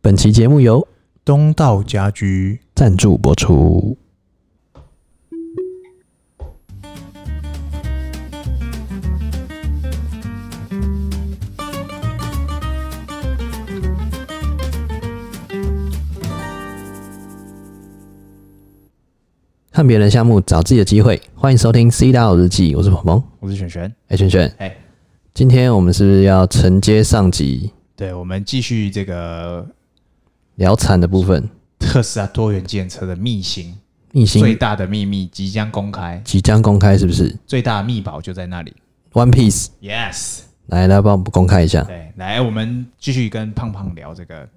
本期节目由东道家居赞助播出。看别人项目，找自己的机会。欢迎收听《C 大佬日记》，我是鹏鹏。我是璇璇。哎，轩轩，哎，今天我们是不是要承接上集对，我们继续这个聊产的部分？特斯拉多元检测的秘辛，逆行最大的秘密即将公开，即将公开，是不是最大的密宝就在那里。 ？One Piece， Yes，来来帮我们公开一下。对，来，我们继续跟胖胖聊这个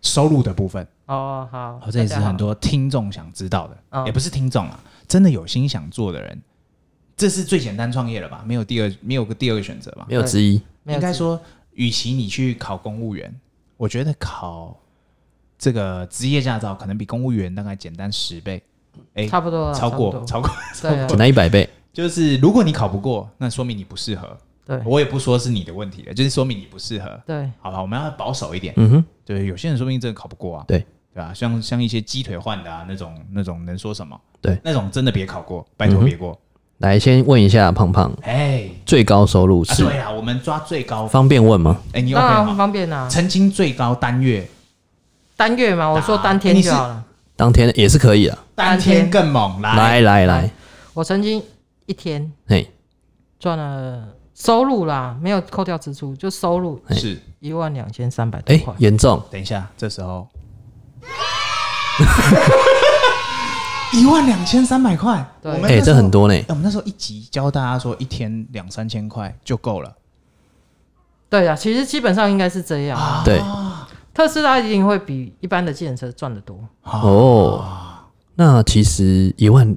收入的部分。哦，好，哦，这也是大家好很多听众想知道的，嗯也不是听众啊，真的有心想做的人，这是最简单创业了吧？没有第二，没有个第二个选择吧？没有之一，没有应该自说，与其你去考公务员，我觉得考这个职业驾照可能比公务员大概简单十倍，哎、差不多了，超差过不多超过。 对简啊单一百倍。就是如果你考不过，那说明你不适合。对我也不说是你的问题了，就是说明你不适合。对，好吧，我们要保守一点。嗯哼，对，有些人说不定真的考不过啊。对，对吧？像像一些鸡腿换的啊，那种那种能说什么？对，嗯那种真的别考过，拜托别过。来先问一下胖胖，哎、最高收入啊是、对啊，我们抓最高。方便问吗？哎、你 OK 当然很吗？方便啦，曾经最高单月单月啊嘛，我说单哎天就好了。当天也是可以啊。当当天天更猛来来来来，我曾经一天嘿，赚了收入啦，没有扣掉支出，就收入是，一万两千三百多哎块，。严重，等一下，这时候 一万两千三百块，对我们哎、那时这候很。多呢、哎我们那时候一集教大家说，一天两三千块就够了。对啊，其实基本上应该是这样啊。对，特斯拉一定会比一般的计程车赚得多。哦，那其实一万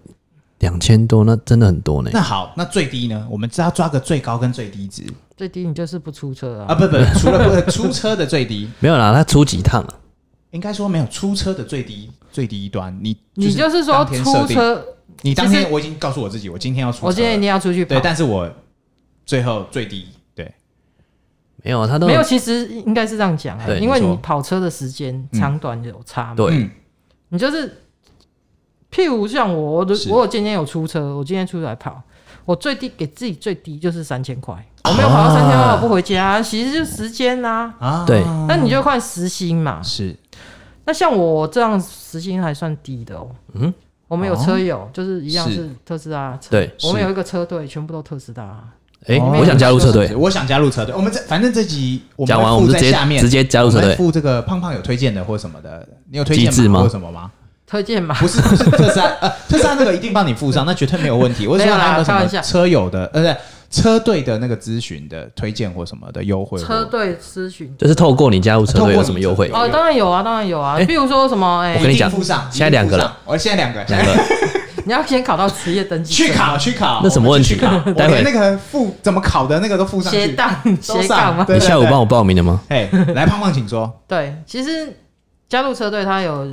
两千多，那真的很多呢、那好，那最低呢？我们只要抓个最高跟最低值最低你就是不出车啊，啊，不不，除了不 出车的最低，没有啦，他出几趟啊？应该说没有出车的最低最低端，你你就就是说当天设出定，车，你当其天实我已经告诉我自己，我今天要出车，我今天一定要出去跑对，。但是我最后最低对没有，他都没有，其实应该是这样讲啊，对因为你你说跑车的时间嗯长短有差嘛。对、嗯你就是，譬如像我，我的是我有今天有出车，我今天出来跑，我最低给自己最低就是三千块，哦我没有跑到三千块，我不回家、其实就是时间啦、啊，对，那你就换时薪嘛。是那像我这样时薪还算低的哦、嗯嗯，我们有车友，就是一样哦是是特斯拉车。对，我们是有一个车队，全部都特斯拉。哎、哦我想加入车队是，我想加入车队。我们这反正这集我们讲完我会附们在直接下面直接加入车我们队，附这个胖胖有推荐的或什么的，你有推荐机制吗或什么吗？推荐嘛，不是 不是特斯拉，呃，特斯拉那个一定帮你附上，那绝对没有问题。我是没有说啦还有没有什开么玩笑车友的，呃，不是车队的那个咨询的推荐或什么的优惠或？车队咨询就是透过你加入车透过队你有什么优惠车？队哦，当然有啊，当然有啊。譬如说什么，哎、我跟你一定讲附上现在两个了，一定附上我现在两个，两个你要先考到职业登记去证，考去考，那什么问题我们去考待会我连那个附怎么考的那个都附上斜去。杠都斜杠上吗？对你对下午对帮我报名了吗？哎，来胖胖，请说。对，其实加入车队它有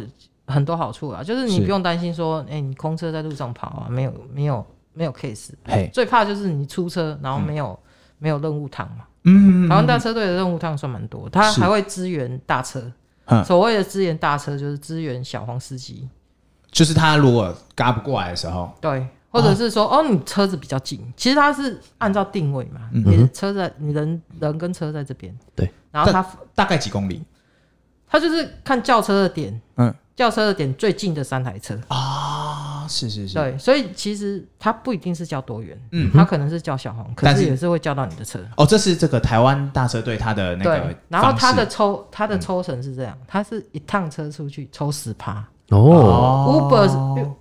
很多好处啊，就是你是不用担心说，哎、你空车在路上跑啊，没有没有没有 case。嘿，最怕就是你出车，然后没有、没有任务趟嘛。嗯，台湾大车队的任务趟算蛮多，它是还会支援大车嗯。所谓的支援大车就是支援小黄司机，就是他如果嘎不过来的时候，对，或者是说哦你车子比较近，其实它是按照定位嘛，嗯你的车在你人人跟车在这边，对，然后它大概几公里？它就是看轿车的点，嗯，轿车的点最近的三台车，啊，是是是，对，所以其实它不一定是叫多元，嗯嗯，它可能是叫小黄，可但是是也是会叫到你的车。哦，这是这个台湾大车队他的那个对，然后它方式嗯的抽它的抽成是这样，它是一趟车出去抽十趴哦， ，Uber 是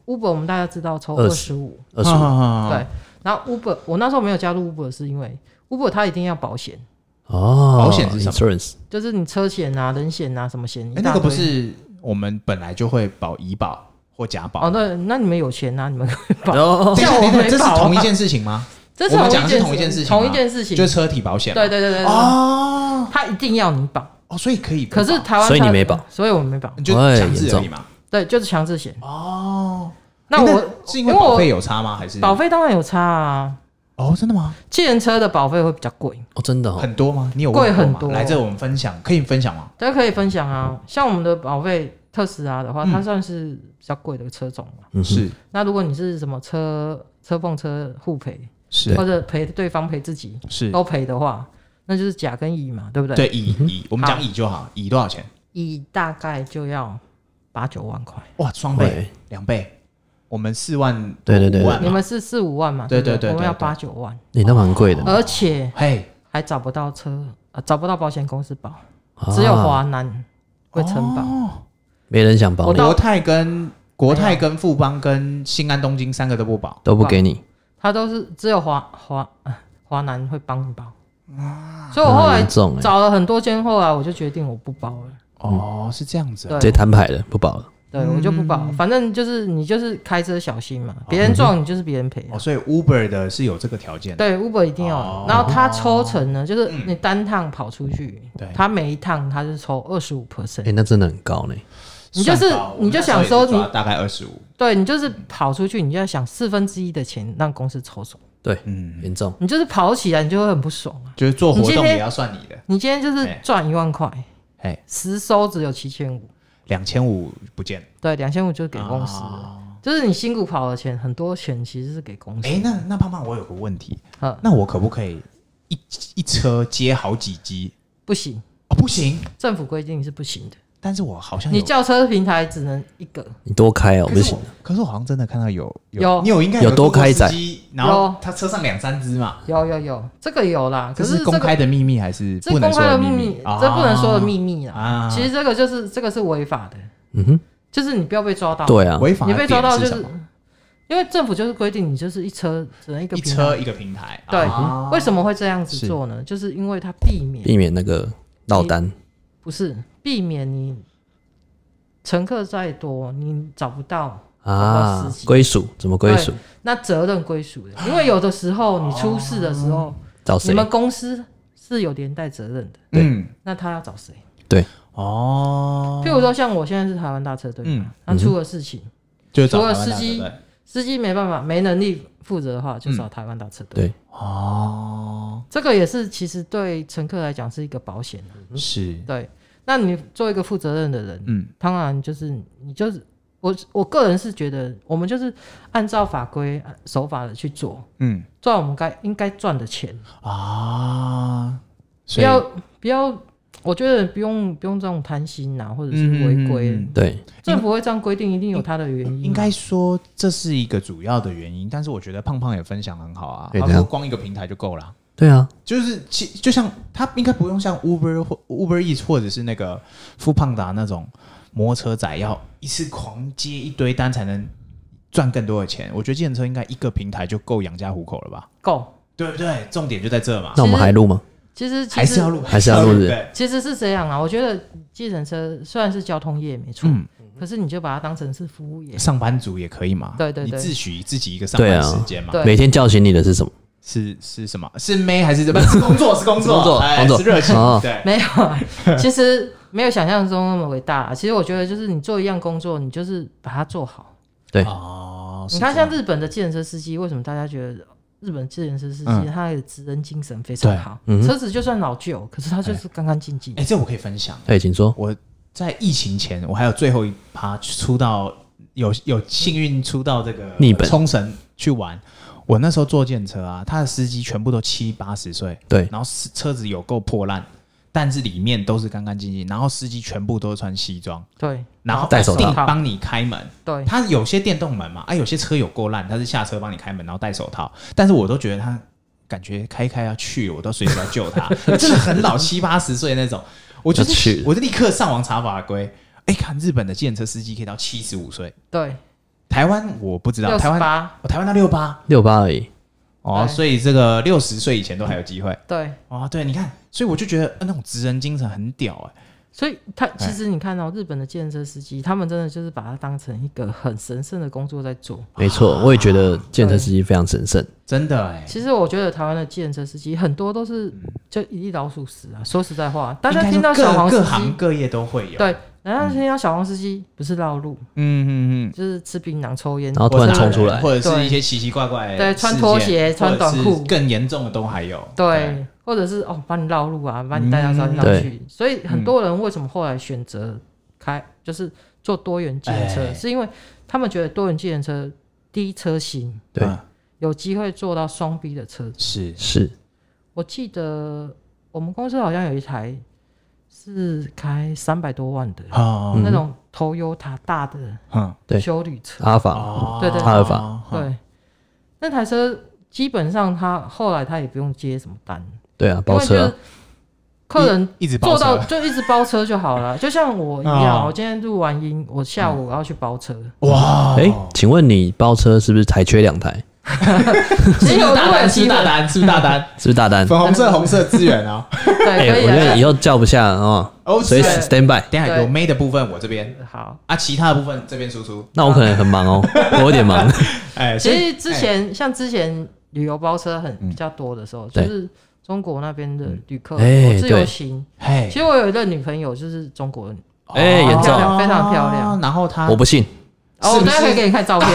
Uber 我们大家知道抽20二十五，二十五五对，然后 Uber 我那时候没有加入 Uber 是因为 Uber 它一定要保险，哦，保险是什么 Insurance 就是你车险啊、人险啊什么险，一哎，大那个不堆是我们本来就会保医保或假哦，保？那那你们有钱啊，你们可以保，哦，等一下像我等一下没这是保啊同一件事情吗？这我们讲的是同同一一件件事事情吗同一件事情，就是车体保险对嘛。对对对对，哦它一定要你保，哦，所以可以不保，可是台湾所以你它没保，所以我们没保，你就哎强制而已嘛。对，就是强制险。哦，那哎我是因为因为保我费有差吗？还是保费当然有差啊，哦，真的吗？计程车的保费会比较贵，哦，真的哦，很多吗？你有问贵过很吗多来这我们分享，可以分享吗？大家可以分享啊。像我们的保费特斯拉的话，嗯它算是比较贵的车种嘛。嗯哼是那如果你是什么车车碰车互赔，是或者赔对方赔自己是，都赔的话，那就是甲跟乙嘛，对不对？，对乙嗯乙，我们讲乙就好，乙多少钱？乙大概就要八九万块，哇，双倍对两倍，我们四万对对对五万你嘛，们是四五万嘛？对对不对对我们要对对八九万，你那蛮贵的，而且嘿，还找不到车，呃找不到保险公司保，只有啊华南会承保。哦没人想保我你，到国泰跟国泰跟富邦跟新安东京三个都不保，都不给你，他都是只有华华呃华南会帮你包。所以我后很来严重哎，找了很多间，后来我就决定我不包了。哦，是这样子啊，直接对，摊牌了，不保了。对嗯我就不包，反正就是你就是开车小心嘛，别人撞你就是别人赔啊、哦，所以 Uber 的是有这个条件的，对，Uber 一定要。哦嗯然后他抽成呢，就是你单趟跑出去，对他每一趟他是抽二十五哎、 percent。那真的很高呢。你就是算高你就我那时候想说也是抓你大概二十五，对你就是跑出去，你就要想四分之一的钱让公司抽走，对，嗯，严重。你就是跑起来你就会很不爽啊。就是做活你今动天也要算你的，你今天就是哎赚一万块，嘿，实收只有七千五，两千五不见了，对，两千五就是给公司了。哦就是你辛苦跑的钱，很多钱其实是给公司。哎，那那胖胖，我有个问题，呃，那我可不可以一一车接好几机？不行，哦，不行，政府规定是不行的。但是我好像你有，轿车平台只能一个，你多开哦，可不是行我，可是我好像真的看到有有你有应该有个多中国开司载机，然后有他车上两三只嘛，有有有，这个有啦。这可是是这个公开的秘密还是这不能公说开的秘密，啊这不能说的秘密啦。啊其实这个就是这个是违法的，嗯哼，就是你不要被抓到。，对啊，违法你的被点抓到就是是什么因为政府就是规定你就是一车只能一个一平车台。一个平台，啊对，为什么会这样是子做呢？就是因为它避免避免那个落单。不是避免你乘客再多，你找不到啊司，机归属怎么归属？那责任归属的，因为有的时候你出事的时候，找你谁？们公司是有连带责任的，对嗯，那他要找谁？哦，譬如说，像我现在是台湾大车队嘛，嗯那出了事情，就是找除了台湾大司机哥对司机没办法、没能力负责的话，就找台湾大车队。对，哦，这个也是其实对乘客来讲是一个保险啊、是，对，那你做一个负责任的人，嗯，当然就是你就是我，我个人是觉得我们就是按照法规按守法的去做，嗯赚我们该应该赚的钱。啊，不所以要不要，我觉得不用不用这种贪心呐、或者是违规。嗯嗯嗯对，政府会这样规定，一定有它的原因嘛。啊应该说这是一个主要的原因，但是我觉得胖胖也分享很好啊，对他怎说样光一个平台就够了啊，对啊，就是其就像他应该不用像 Uber 或 Uber Eats 或者是那个富胖达那种摩托车仔要一次狂接一堆单才能赚更多的钱，我觉得计程车应该一个平台就够养家糊口了吧，够。对不对？重点就在这嘛，那我们还录吗？其实其还是实要录，还是要录对。其实是这样啊。我觉得计程车虽然是交通业没错，嗯可是你就把它当成是服务业。上班族也可以嘛？对对你对自诩自己一个上班时间嘛？对啊每天叫醒你的是什么？是是什么？是妹还是不是是 工作？是工作，工作哎工作是热情哦。对，没有啊，其实没有想象中那么伟大、啊。其实我觉得就是你做一样工作，你就是把它做好。对，哦，你看像日本的计程车司机，为什么大家觉得日本计程车司嗯机他的职人精神非常对好？嗯哼车子就算老旧，可是他就是干干净净哎，。这我可以分享。哎，请说。我在疫情前，我还有最后一趴出到有有幸运出到这个日本冲绳去玩。我那时候坐电车啊，他的司机全部都七八十岁，对，然后司车子有够破烂，但是里面都是干干净净，然后司机全部都穿西装，对然后戴手定套帮你开门，对，它有些电动门嘛，啊，有些车有够烂，它是下车帮你开门，然后戴手套，但是我都觉得它感觉开一开要去，我都随时要救它， 真的很老，七八十岁那种，我就要去是我就立刻上网查法规，哎、看日本的计程车司机可以到七十五岁，对，台湾我不知道，六台十湾八，哦台湾到六八六八而已。哦，哎所以这个六十岁以前都还有机会对，哦，对，你看，所以我就觉得、呃那种职人精神很屌哎、所以他其实你看到、日本的建设司机，他们真的就是把它当成一个很神圣的工作在做。没啊错，我也觉得健身司机非常神圣。真的哎、其实我觉得台湾的建设司机很多都是就一粒老鼠屎啊！说实在话，大家嗯应该听到说小黄各司各行机，各业都会有，对，然后现在要小黄司机不是绕路，嗯嗯嗯，哦就是吃槟榔、抽烟然，后突然冲出来，或者是一些奇奇怪怪的对事件穿拖鞋穿短裤或者是更严重的都还有，对，或者是哦把你绕路啊，把你带到山上嗯去。所以很多人为什么后来选择开就是做多元计程哎车，是因为他们觉得多元计程车低车型对嗯有机会做到双 B 的车子。是是我记得我们公司好像有一台是开三百多万的、啊，嗯那种 Toyota 大的嗯，对修理车，阿法，哦对对阿尔法嗯对，那台车基本上他后来他也不用接什么单，对啊，因包为就车啊是客人一直包做到车就一直包车就好了，就像我一样，哦嗯我今天录完音，我下午我要去 包车，哇，哎、请问你包车是不是才缺两台？只有如大果有单是机大会，单是 大单，是不是大单？粉红色红色资 源啊，哎、对，可以啊我觉得的。以后叫不下哦，哦，随时是 stand by。等一下对有妹的部分我这边好，啊，其他的部分这边输出，那我可能很忙 哦，我有点忙。哎，嗯其所以实之前像之前旅游包车很比较多的时候，就对是中国那边的旅客哎自由行。嗯哎其实我有一个女朋友就是中国人，哎严重漂亮非常漂亮，然后他我不信，哦，是我不等下可以是给你 看照片，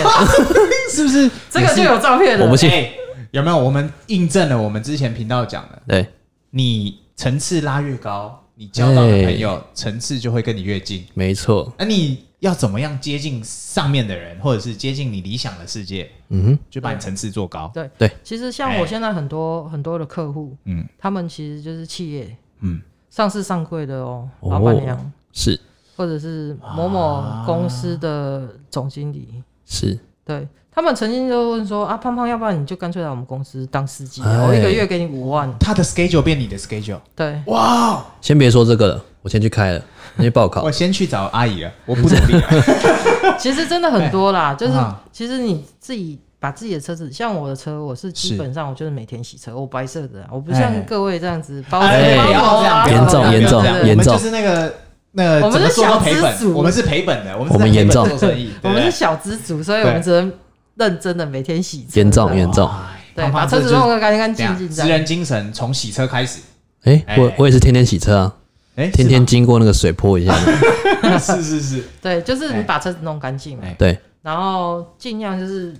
是不是这个就有照片了。我不信。哎有没有？我们印证了我们之前频道讲的，对，你层次拉越高，你交到的朋友层次就会跟你越近。没错。那你要怎么样接近上面的人，或者是接近你理想的世界，嗯就把你层次做高？对对，其实像哎我现在很多很多的客户，嗯他们其实就是企业嗯，上市上柜的哦，哦老板娘哼，是或者是某啊某公司的总经理，是，对他们曾经就问说啊，胖胖，要不然你就干脆来我们公司当司机，哎我一个月给你五万，他的 schedule 变你的 schedule，对，哇！先别说这个了，我先去开了，先去报考 我。先去找阿姨了，我不努力了。 其实真的很多啦，就是啊其实你自己把自己的车子，像我的车，我是基是本上我就是每天洗车，我白色的啊，我不哎像各位这样子包车嗯哎包不要这膜啊样，严包重膜啊严重对对对严重我们就是那个那个我们怎是么做小都赔资族本，我们是赔本的，我们我们是在赔严本重做生意，对我不们对是小资族，所以我们只能认真的每天洗车，严重严重。对，胖把胖车这子就是弄得干干这净样净职的。人精神从洗车开始，哎、我哎我也是天天洗车啊，哎，天天经过那个水泼一下。是 吗是是是，对，就是你哎把车子弄干净嘛哎，对，然后尽量就是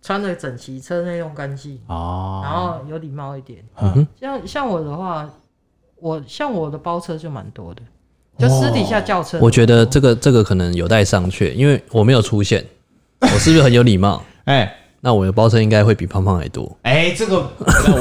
穿的整齐，车内用干净，哦然后有礼貌一点。嗯哼像像我的话，我像我的包车就蛮多的，哦就私底下叫车。我觉得这个这个可能有待商榷，因为我没有出现，我是不是很有礼貌？哎那我的包车应该会比胖胖还多，哎，这个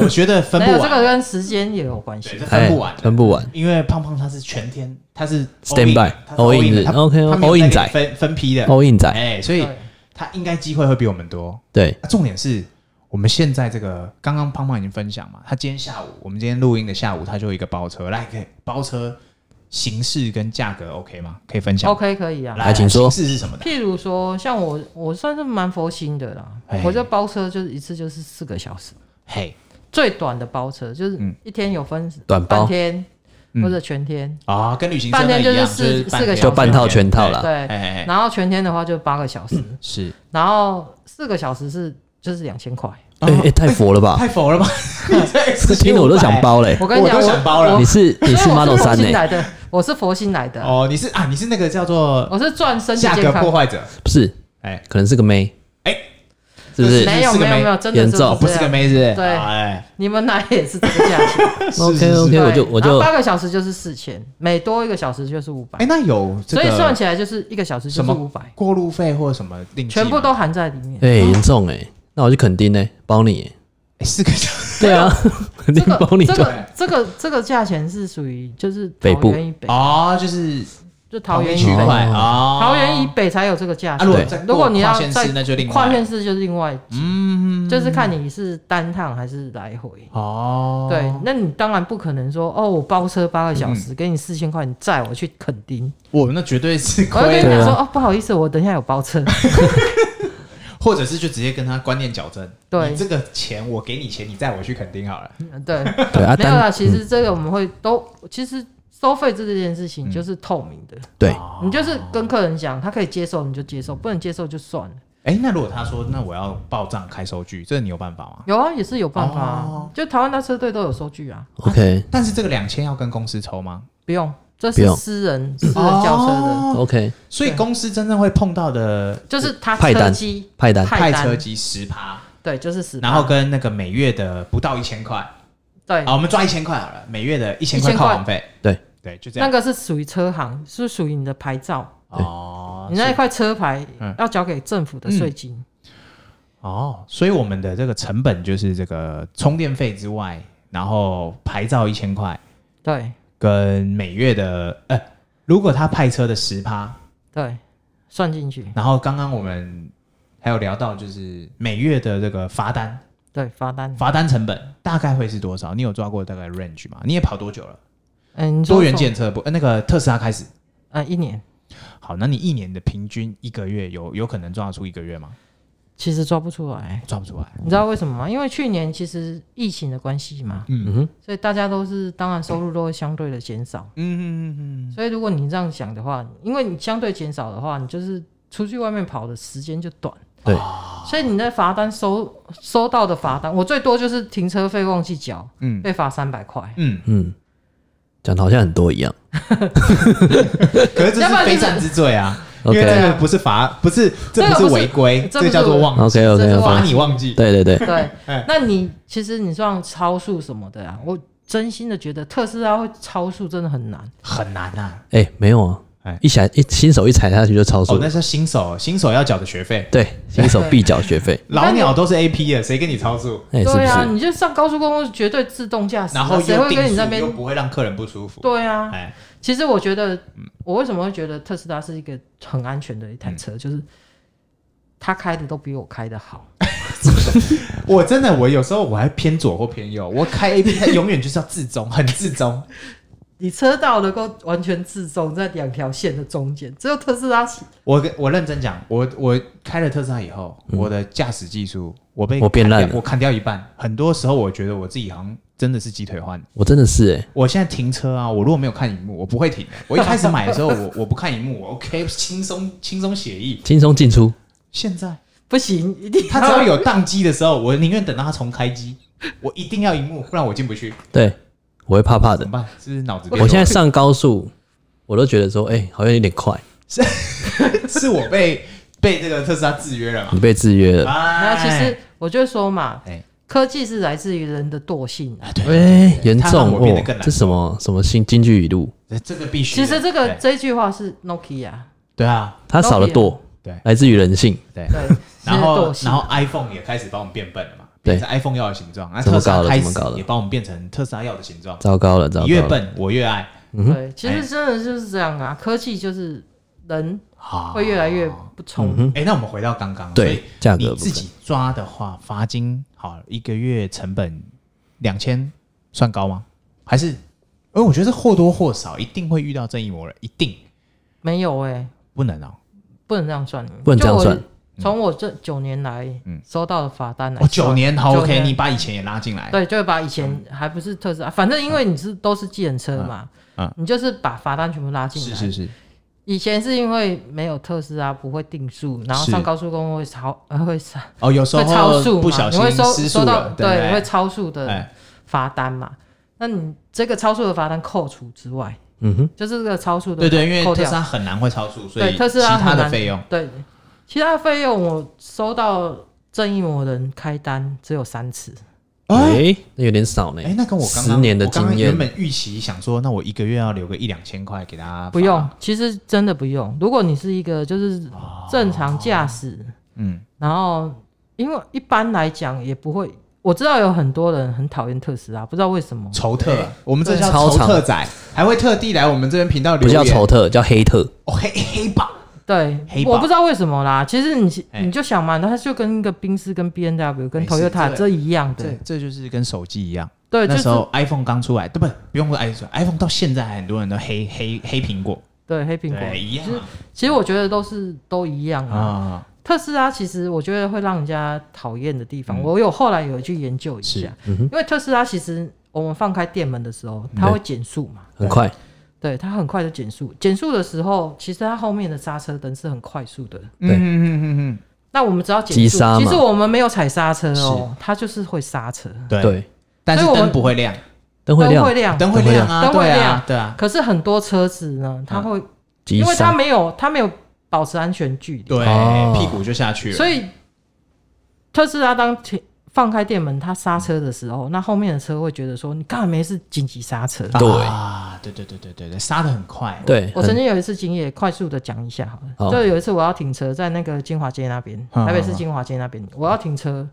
我觉得分啊没不有这个完，跟时间也有关对，系这。哎，分不完，分不完。因为胖胖他是全天，他是 Stand by，他 all in 的是他 OK，他没有 all in 仔在给你分分批的，欧印仔，哎，所以对他应该机会会比我们多，对，啊重点是我们现在这个刚刚胖胖已经分享嘛，他今天下午，我们今天录音的下午，他就有一个包车，来，可以包车形式跟价格 OK 吗？可以分享吗。 OK 可以啊。来请说形式是什么的？譬如说，像我，我算是蛮佛心的啦哎。我这包车就是一次就是四个小时，嘿，最短的包车就是嗯一天有分短包半天嗯或者全天，啊，跟旅行社那半一天就样，是四半四个天小时就半套全套啦。哎对。哎哎，然后全天的话就八个小时，是然后四个小时是就是两千块。哎、哎、太佛了吧！太佛了吧？ 你这啊这听得我都想包嘞、我跟你讲，哦我我都想包了我你是你是所以我 model 佛三欸心呢、来的，我是佛心来 的，哦，你是啊，你是那个叫做我是赚身体价健格破康。坏者，不是，哎可能是个妹，哎，是不这是？没有是个没有妹没有，真的严是重哦，不是这个样，妹是不是？啊对哎你们来也是这个价 钱。是 OK，是是 OK 是对我对就我就然后八个小时就是四千，每多一个小时就是五百哎，，那有这所以算个起来就是一个小时就什是么五百，过路费或者什么另计全部吗都含在里面。哎、严重哎、那我去垦丁呢、包你、欸。哎四个小时。 对啊，肯这定个包你这赚。个这个这个价钱是属于就是北部桃园以北，哦，就是就桃园以区同一北区，块哦啊，桃园以北才有这个价啊，钱如。果对再过如果你要跨县再市，那就另外跨县市就是另外，嗯，就是看你是单趟还是来回。哦，对，那你当然不可能说哦，我包车八个嗯小时，给你四千块，你载我去垦 丁。我那绝对是我就跟亏你讲啊的，说哦，不好意思，我等一下有包车。 或者是就直接跟他观念矫正，对你这个钱我给你钱，你载我去垦丁好了，对， 对啊，没有啦，但其实这个我们会都，其实收费这件事嗯情就是透明的，对你就是跟客人讲，他可以接受你就接受，不能接受就算了。哎，那如果他说那我要报账开收据，这你有办法吗？有啊，也是有办法啊哦，就台湾大车队都有收据啊， OK，但是这个两千要跟公司抽吗？不用，这不是用私人私人轿车的，哦 OK，所以公司真正会碰到的就是它派车单机，派单派派单车机十趴，对，就是十趴，然后跟那个每月的不到一千块，对啊，我们抓一千块好了，每月的一千块1000靠网费，对对，就这那样。个是属于车行，是属于你的牌照，对哦，你那一块车牌嗯要交给政府的税金，哦，所以我们的这个成本就是这个充电费之外，然后牌照一千块，对跟每月的呃，如果他派车的十趴，对，算进去，然后刚刚我们还有聊到就是每月的这个罚单，对罚单。罚单成本大概会是多少？你有抓过大概 range 吗？你也跑多久了？嗯，你说多元从，检测不、呃那个特斯拉开始。嗯，一年好，那你一年的平均一个月有有可能抓得出一个月吗？其实抓不出来，抓不出来。你知道为什么吗？因为去年其实疫情的关系嘛，嗯哼，所以大家都是当然收入都会相对的减少。嗯嗯嗯所以如果你这样想的话，因为你相对减少的话，你就是出去外面跑的时间就短。对，所以你的罚单收收到的罚单，我最多就是停车费忘记缴，嗯被罚三百 块。嗯嗯，讲的好像很多一样。嗯，可是这要是不然就非是战之罪 啊，因为 OK 这个不是罚，不是这不这个不是是违规，这这不个是叫做忘， OK 这 OK 是我罚 OK，你忘记。对对对，对哎，那你其实你像超速什么的啊，我真心的觉得特斯拉会超速真的很难。很难啊。哎，没有啊哎，一踩一新手一踩下去就超哦速，那，是新手，新手要缴的学费，对，新手必缴学费，老鸟都是 A P 的，谁跟你超速？哎，是不对啊，是？你就上高速公路绝对自动驾驶啊，然后谁又会跟定你那速，又边？不会让客人不舒服。对啊，哎，其实我觉得，嗯我为什么会觉得特斯拉是一个很安全的一台嗯车，就是他开的都比我开的好。我真的，我有时候我还偏左或偏右，我开 A P 它永远就是要自中，很自中。你车道能够完全自重在两条线的中间，只有特斯拉是我跟我认真讲，我我开了特斯拉以后，我的驾驶技术我被我变砍烂掉了我砍掉一半。很多时候我觉得我自己好像真的是鸡腿换。我真的是哎，我现在停车啊，我如果没有看荧幕，我不会停的。我一开始买的时候， 我我不看荧幕，我 OK 轻松轻松写意。轻松进出，现 在不行，一定它只要有宕机的时候，我宁愿等到它重开机，我一定要荧幕，不然我进不去。对我会怕怕怎的么。办？是不是脑子变弱？我现在上高速，我都觉得说，哎，好像有点快，是我被被这个特斯拉制约了嘛？你被制约了。啊那其实我就说嘛哎，科技是来自于人的惰性啊。哎，严它让重我变得更哦懒，这什么什么新京剧语录？这个必须的。其实这个啊对这句话是 Nokia，对啊，它少了都惰，对来自于人性。对。对，是然后惰，性然后 iPhone 也开始帮我们变笨了嘛？对变成 iPhone 要的形状，那怎么特斯搞拉的开怎始么搞的也帮我们变成特斯拉要的形状。糟糕了，糟糕你了！越笨，我越爱嗯对，其实真的就是这样啊，科技就是人啊会越来越不嗯聪明。哼，哎，那我们回到刚刚，对，价所格以你的部自分己抓的话，罚金好一个月成本两千，算高吗？还是？因为我觉得或多或少一定会遇到正义魔人，一定没有哎，不能哦。不能这样算，不能这样算就我。从我这九年来收到的罚单来哦，算，九年好九，OK，你把以前也拉进来，对，就会把以前还不是特斯拉，反正因为你是都是计程车嘛嗯嗯，你就是把罚单全部拉进是来。是是，以前是因为没有特斯拉不会定速，然后是上高速公路会超呃会超哦，有时会超速候嘛，不小你会心收失速收到了，不对会超速的哎，罚单嘛？那你这个超速的罚单扣除之外，嗯哼，就是这个超速的对对，因为呃扣特掉斯拉很难会超速，所对以特斯其拉他很的难费用对其他的费用我收到正义魔人开单只有三次，哎，那有点少呢啊哎、。那跟我刚刚十年的我刚刚经验原本预期想说，那我一个月要留个一两千块给大家。不用，，其实真的不用。如果你是一个就是正常驾驶，哦嗯，然后因为一般来讲也不会，我知道有很多人很讨厌特斯拉，不知道为什么。仇特，我们这对叫超仇长特仔，还会特地来我们这边频道不留言。叫丑特，叫黑特。哦，黑黑榜，对黑，豹我不知道为什么啦。其实你哎你就想嘛，它就跟一个宾士、跟 B N W、跟没事 Toyota 这这一样的这，这就是跟手机一样，对，就那时是候 iPhone 刚出来，对不？不用说 iPhone，iPhone 到现在还很多人都黑黑黑苹果，对黑苹对果。一样就是其实我觉得都是都一样啊。啊，特斯拉其实我觉得会让人家讨厌的地嗯方，我有后来有去研究一是下，因为特斯拉其实我们放开电门的时候，它会减速嘛。很快，对，它很快就减速。减速的时候，其实它后面的刹车灯是很快速的。嗯对嗯嗯嗯那我们只要减急速，刹其嘛实我们没有踩刹车哦，它就是会刹车。嗯，对，对，但是所以我灯们不会亮，灯会灯亮啊会，亮，灯会亮啊，灯会对啊亮，对啊，可是很多车子呢，它会，急因为它刹，没有它没有保持安全距离，对，哦屁股就下去了。所以特斯拉当停放开电门，它刹车的时候，那后面的车会觉得说，你干嘛没事紧急刹车？对啊，对对对对对对，杀的很快。对，我曾很经有一次经验，快速的讲一下好哦好了。就有一次我要停车，在那个金华街那边，嗯台北市金华街那边，我要停车，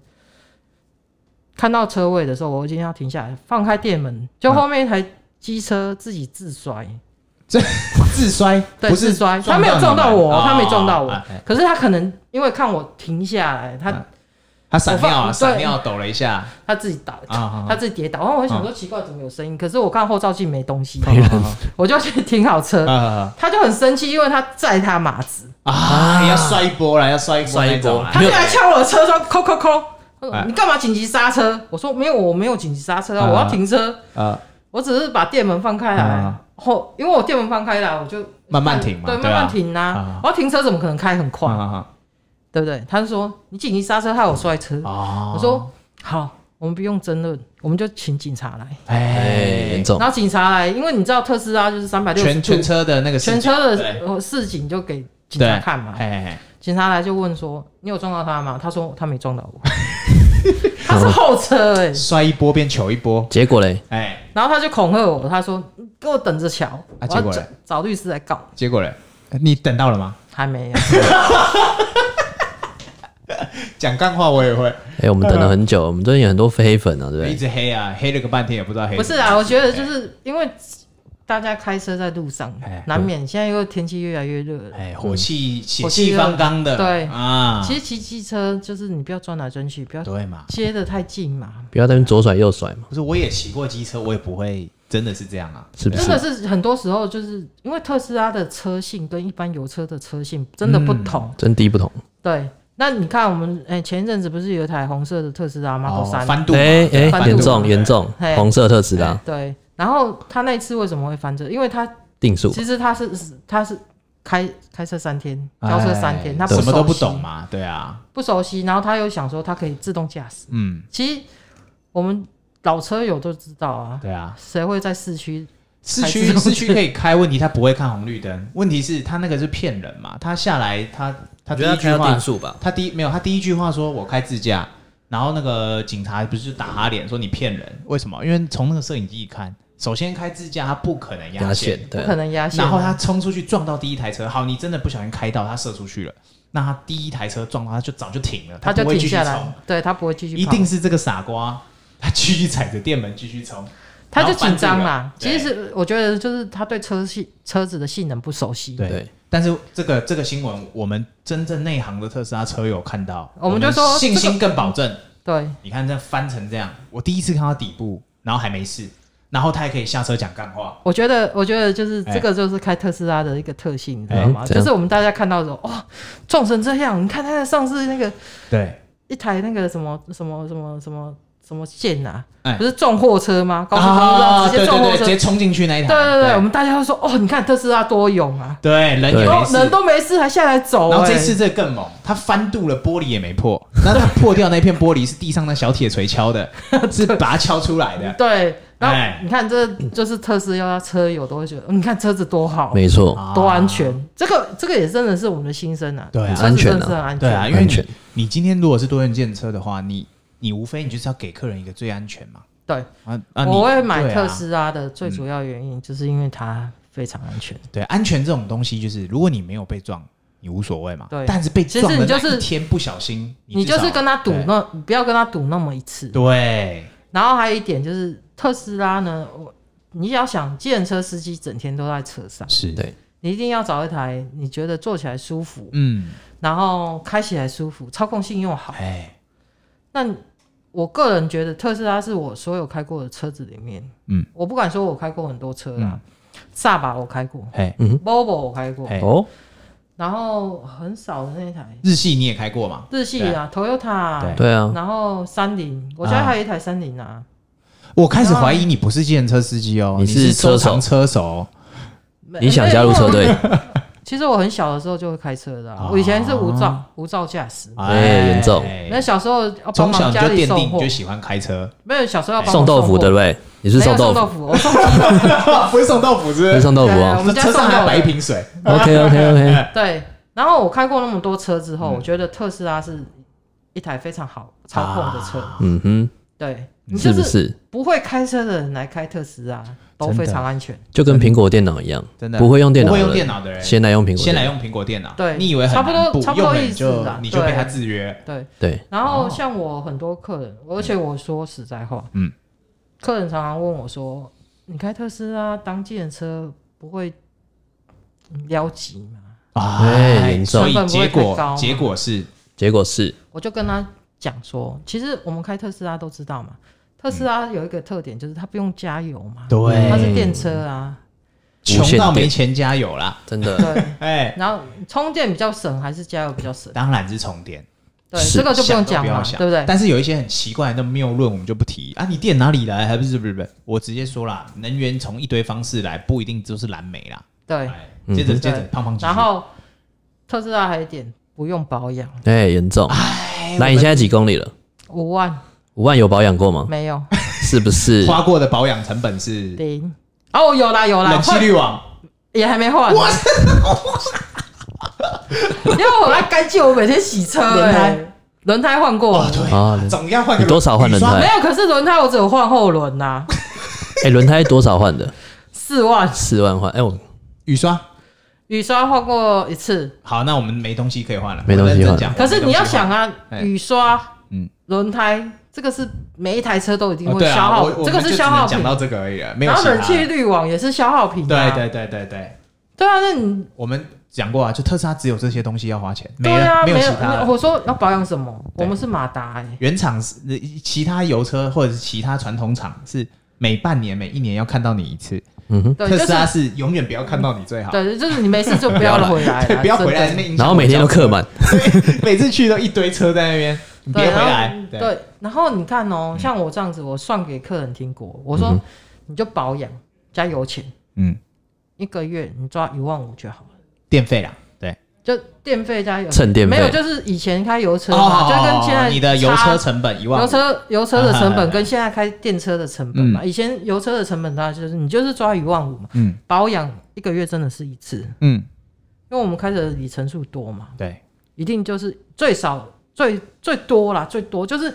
看到车位的时候，我已经要停下来，放开电门，就后面一台机车自己自摔，自摔，对，不自是摔，撞他没有撞到你我，哦他没撞到我啊哎，可是他可能因为看我停下来，他嗯他闪尿啊，我放闪尿抖了一下他自己倒，啊他自己跌倒，然后我就想说奇怪，怎么有声音？可是我看后照镜没东西， 我就去停好车，啊他就很生气，因为他载他马子，啊！要摔一波了，要摔一波那种啊，他就来敲我的车窗，扣扣扣。他哎说你干嘛紧急刹车？我说没有，我没有紧急刹车啊，啊我要停车，啊，我只是把电门放开来啊，后因为我电门放开来，我就慢慢停嘛，对，对慢慢啊，停啊啊。我要停车怎么可能开很快，啊对不对？他就说你紧急刹车害我摔车，啊我说好，我们不用争论，我们就请警察来。哎哎严，重，然后警察来，因为你知道特斯拉就是三百六十全度全车的那个全视角车的对呃示警就给警察看嘛。哎哎，警察来就问说：“你有撞到他吗？”他说：“他没撞到 我，他是后车哎、哎摔一波变球一波，结果嘞，哎，然后他就恐吓我，他说：“你给我等着瞧，我啊结要果找嘞找律师来告。结果嘞，你等到了吗？”还没啊有，讲干话我也会，哎，我们等了很久，我们最近有很多黑粉啊，对不一对？直黑啊，黑了个半天也不知道黑不是啊，我觉得就是因为大家开车在路上哎，难免现在又天气越来越热了。哎，火气血嗯火气气热方刚的，对啊，其实骑机车就是你不要钻来钻去，不要对嘛，接得太近嘛，不要在那边左甩右甩嘛，不是我也骑过机车，我也不会真的是这样啊，是不真是？的是很多时候就是因为特斯拉的车性跟一般油车的车性真的不嗯同。真低不同，对，那你看我们哎、前一阵子不是有一台红色的特斯拉哦 Model 三、翻肚嘛，哎翻哎，肚严重嘛严重嘿，红色特斯拉对，然后他那一次为什么会翻车？因为他定速，其实他是他是开开车三天，交车三天，哎他什么都不不熟悉懂，嘛，对啊，不熟悉，然后他又想说他可以自动驾驶。嗯，其实我们老车友都知道啊，对啊，谁会在市区？市才区知道市区可以开，问题他不会看红绿灯，问题是他那个是骗人嘛，他下来他他第一句话，速吧？他第一没有他第一句话说我开自驾，然后那个警察不是就打他脸说你骗人，为什么？因为从那个摄影机一看，首先开自驾他不可能压压线，线，不对啊，可能压线啊。然后他冲出去撞到第一台车，好，你真的不小心开到他射出去了，那他第一台车撞到他就早就停了，他不就会停继续下冲来，，对他不会继续跑，一定是这个傻瓜，他继续踩着电门继续冲，他就然后翻紧张住了啦。对其实我觉得就是他对车系车子的性能不熟悉，对对但是这个这个新闻，我们真正内行的特斯拉车友看到，我们就说信心更保证。对你看这翻成这样，我第一次看到底部，然后还没事，然后他还可以下车讲干话。我觉得，我觉得就是哎这个，就是开特斯拉的一个特性，你知道吗？哎怎就样是我们大家看到的时候，哇、撞成这样！你看他上次那个对，一台那个什么什么什么什么什么线啊，哎不是撞货车吗？高速公路上啊，直接对撞对货对，车，直接哎冲进去那一台。对对对，我们大家都说，哦，你看特斯拉多勇啊，对人也对哎没哦，人事。都没事还下来走、然后这哎次这更猛，他翻肚了，玻璃也没破。然后他破掉 那片玻璃是地上那小铁锤敲 的，是把它敲出来的。对，然哎后你看这就是特斯拉车友都会觉得，哦你看车子多好，没错，啊多安全，这个这个也真的是我们的心声啊，对啊车子真的是安全啊很安对全啊，因为安全你你今天如果是多人建车的话，你你无非你就是要给客人一个最安全嘛。对。啊啊，你啊我会买对啊特斯拉的最主要原因就是因为它非常安全。对，安全这种东西就是，如果你没有被撞，你无所谓嘛。对但是被其撞实的你就那一是天不小心，你至少就是跟他赌对那，你不要跟他赌那么一次。对，然后还有一点就是特斯拉呢，我你要想，计程车司机整天都在车上，是对，你一定要找一台你觉得坐起来舒服，嗯，然后开起来舒服，操控性又好。哎，那你我个人觉得特斯拉是我所有开过的车子里面，嗯，我不敢说我开过很多车啦，萨巴我开过哎， ，Volvo 我开过，哎，哦，然后很少的那台日系你也开过嘛？日系啊，Toyota，啊对对啊，然后三菱，我家还有一台三菱啊，我开始怀疑你不是计程车司机哦，你你是收车手藏车手。没你想加入车？队，其实我很小的时候就会开车的啊，哦我以前是无照无照驾驶，哎严重那小时候要帮从小忙你家就里奠送定你货就，喜欢 开车，没有小时候要帮送忙豆腐货对不对？你是没有送豆腐，腐，我送 不会送豆腐是不你是是？送豆腐对啊哦我。们家车上还送有豆白腐一瓶水， OK OK 哎 OK，对。然后我开过那么多车之后，嗯我觉得特斯拉是一台非常好操控的车，嗯哼，对你啊是就不是是不会开车的人来开特斯拉都真的非常安全，就跟苹果电脑一样，真的不会用电不脑会的用电人，脑的人，先来用苹果，先来，用苹果电脑，对你以为很差不多难不差不用多了你意思就啦你就被对他制约，对。对，然哦后像我很多客人，而且我说实在话，嗯，客人常常问我说：“你开特斯拉当计程车不会嗯撩急吗哎哎严重所以成本不结会太高果嘛结果是结果是，？”我就跟他讲说：“其实我们开特斯拉都知道嘛，特斯拉有一个特点就是它不用加油嘛，对它是电车啊，无穷线到电没钱加油啦，真 的，对。哎，然后充电比较省还是加油比较省？当然是充电。对，是这个就不想用都讲不嘛，要想对不对？但是有一些很奇怪的谬论，我们就不提啊。你电哪里来？还不是不是不是？我直接说啦，能源从一堆方式来，不一定就是蓝莓啦。对。哎接着嗯接着对，胖胖继续然后特斯拉还有一点不用保养，哎，严重。来，你现在几公里了？五万五万有保养过吗？没有是不是？花过的保养成本是零。哦，有啦有啦，冷气换滤网，也还没换呢， 因为我来干净，我每天洗车，轮胎哎轮胎换过哦了，对啊总要换个你多少换轮你刷胎没有，可是轮胎我只有换后轮呐， 哎，轮胎多少换的？四万，四万换。哎，我雨刷。雨刷换过一次，好，那我们没东西可以换了，没东西换我认真讲。可是你要我想们啊，哎雨刷，嗯嗯，轮胎这个是每一台车都一定没东西换，哦对会啊，消耗我，这个是消我耗们就只能讲，品到这个而已了，没有啊然其后他冷气滤网也是消耗品，啊对，对对对对，对啊，那你我们讲过啊，就特斯拉只有这些东西要花钱，没对了，啊，没没有其他没有了。我说要保养什么？对我们是马达哎、原厂是呃其他油车或者是其他传统厂是每半年、每一年要看到你一次，嗯哼，对，特就斯是拉是永远不要看到你最好， 对，就是你没事就不要回来啦，对，不要回来真那的。影响然后每天都客满， 每次去都一堆车在那边，你别对，回然后来。对，然后你看哦、像我这样子，我算给客人听过，我说、你就保养加油钱，嗯，一个月你抓一万五就好了。电费啦，对，就电费加油，蹭电费没有，就是以前开油车嘛，哦，就跟现在你的油差车成本一万，油车油车的 成本嗯跟现在开电车的成本嘛，以前油车的成本大概就是你就是抓一万五嘛，嗯保养一个月真的是一次，嗯，因为我们开的里程数多嘛，对，一定就是最少最最多啦，最多就是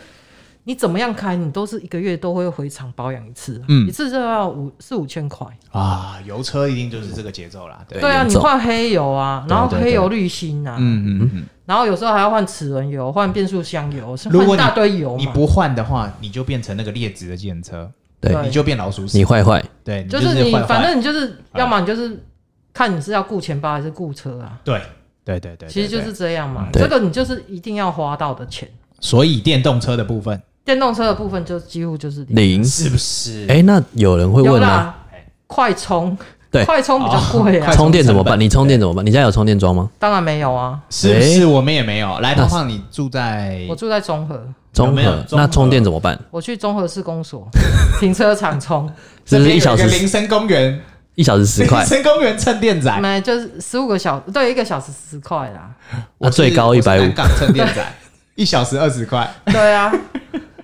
你怎么样开，你都是一个月都会回厂保养一次啊，嗯一次就要五四五千块。啊，油车一定就是这个节奏啦，对，对啊，严你重换黑油啊，然后哎对对黑油滤芯啊，嗯嗯嗯，然后有时候还要换齿轮油、换变速箱油，是如换果一大堆油你嘛。不换的话，你就变成那个劣质的计程车，对你就变老鼠你屎，坏坏，对，你就是你坏坏反正你就是，啊要么你就是看你是要顾钱包还是顾车啊，对对对对，其实就对是对这样嘛。对这个你就是一定要花到的钱，所以电动车的部分电动车的部分就几乎就是零。零。是不是？哎，那有人会有问啊，啦，快充，对快充比较贵哦快啊，充电怎么快充成办？本你充电怎么办？你家有充电桩吗？当然没有啊，是不是？我们也没有。来，胖胖，你住哎在我住在中和，综没有合综合那充电怎么办？我去中和市公 所停车场充，是不这是边一小有时个林森公园，一小时十 林块？啊森公园蹭电哎仔，没就是十五个小对一个小时十块啦，那我是啊最高 我是150南港蹭电仔，一小时二十 块。哎 对啊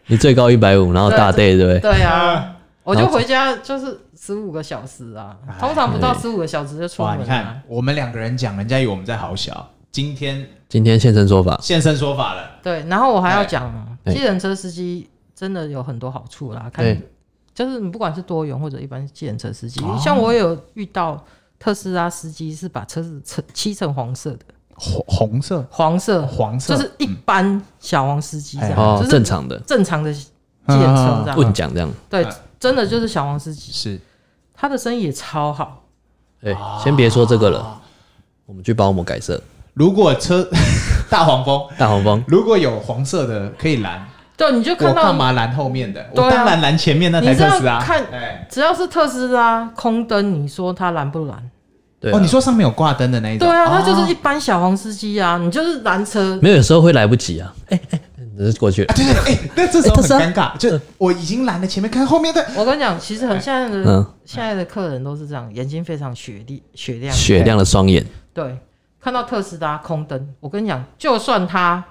你最高一百五，然后大 day 对不对？对哎啊，啊，我就回家就是十五个小时啊，哎通常不到十五个小时就出哇，门啊你了看，我们两个人讲，人家以为我们在好小。今天今天现身说法，现身说法了，对，然后我还要讲，啊哎计程车司机真的有很多好处啦，看哎你就是你不管是多元或者一般计程车司机哦，像我有遇到特斯拉司机是把车子漆漆成黄色的，红红色、黄色黄色，就是一般小黄司机这哎样，哦就，正是常的正常的计程车这问样，啊讲这样。对哎，真的就是小黄司机，是他的生意也超好，哎，哦先别说这个了，我们去帮我们改 色。如果车 大黄蜂，大黄蜂，如果有黄色的可以拦，对，你就我看干到嘛拦后面的？对啊我当然拦前面那台特斯拉。你知道看哎只要是特斯拉空灯，你说他拦不拦？对哦，啊你，说上面有挂灯的那一种？对啊，他哦就是一般小黄司机啊，你就是拦车，没有，有时候会来不及啊。哎哎，你过去了啊，对对，对哎，那这时候哎特很斯拉尴尬，就我已经拦了前面，看后面的我跟你讲，其实很现在的、嗯现在的客人都是这样，眼睛非常雪亮雪亮，雪亮了双眼，对，看到特斯拉空灯，我跟你讲，就算他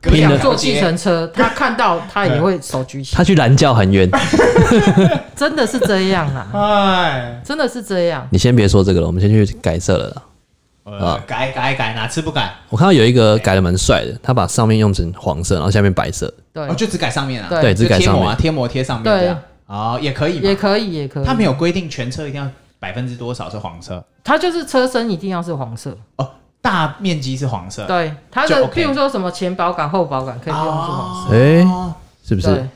隔两拼了条坐计街，程车，他看到他也会手举起他，去蓝教很远，啊真的是这 样啦，哎，真的是这样。你先别说这个了，我们先去改色了啦。呃，啊改改改，哪次不改？我看到有一个改的蛮帅的，他把上面用成黄色，然后下面白色，对哦，，就只改上面啊，对对，只就改贴上膜啊，面。贴膜贴上面对这样，哦，也可以也嘛。可以，也可以。他没有规定全车一定要百分之多少是黄色，它就是车身一定要是黄色，大面积是黄色，对它就的， OK 譬如说什么前保杆、后保杆可以不用是黄哦色，哎、是不是？对，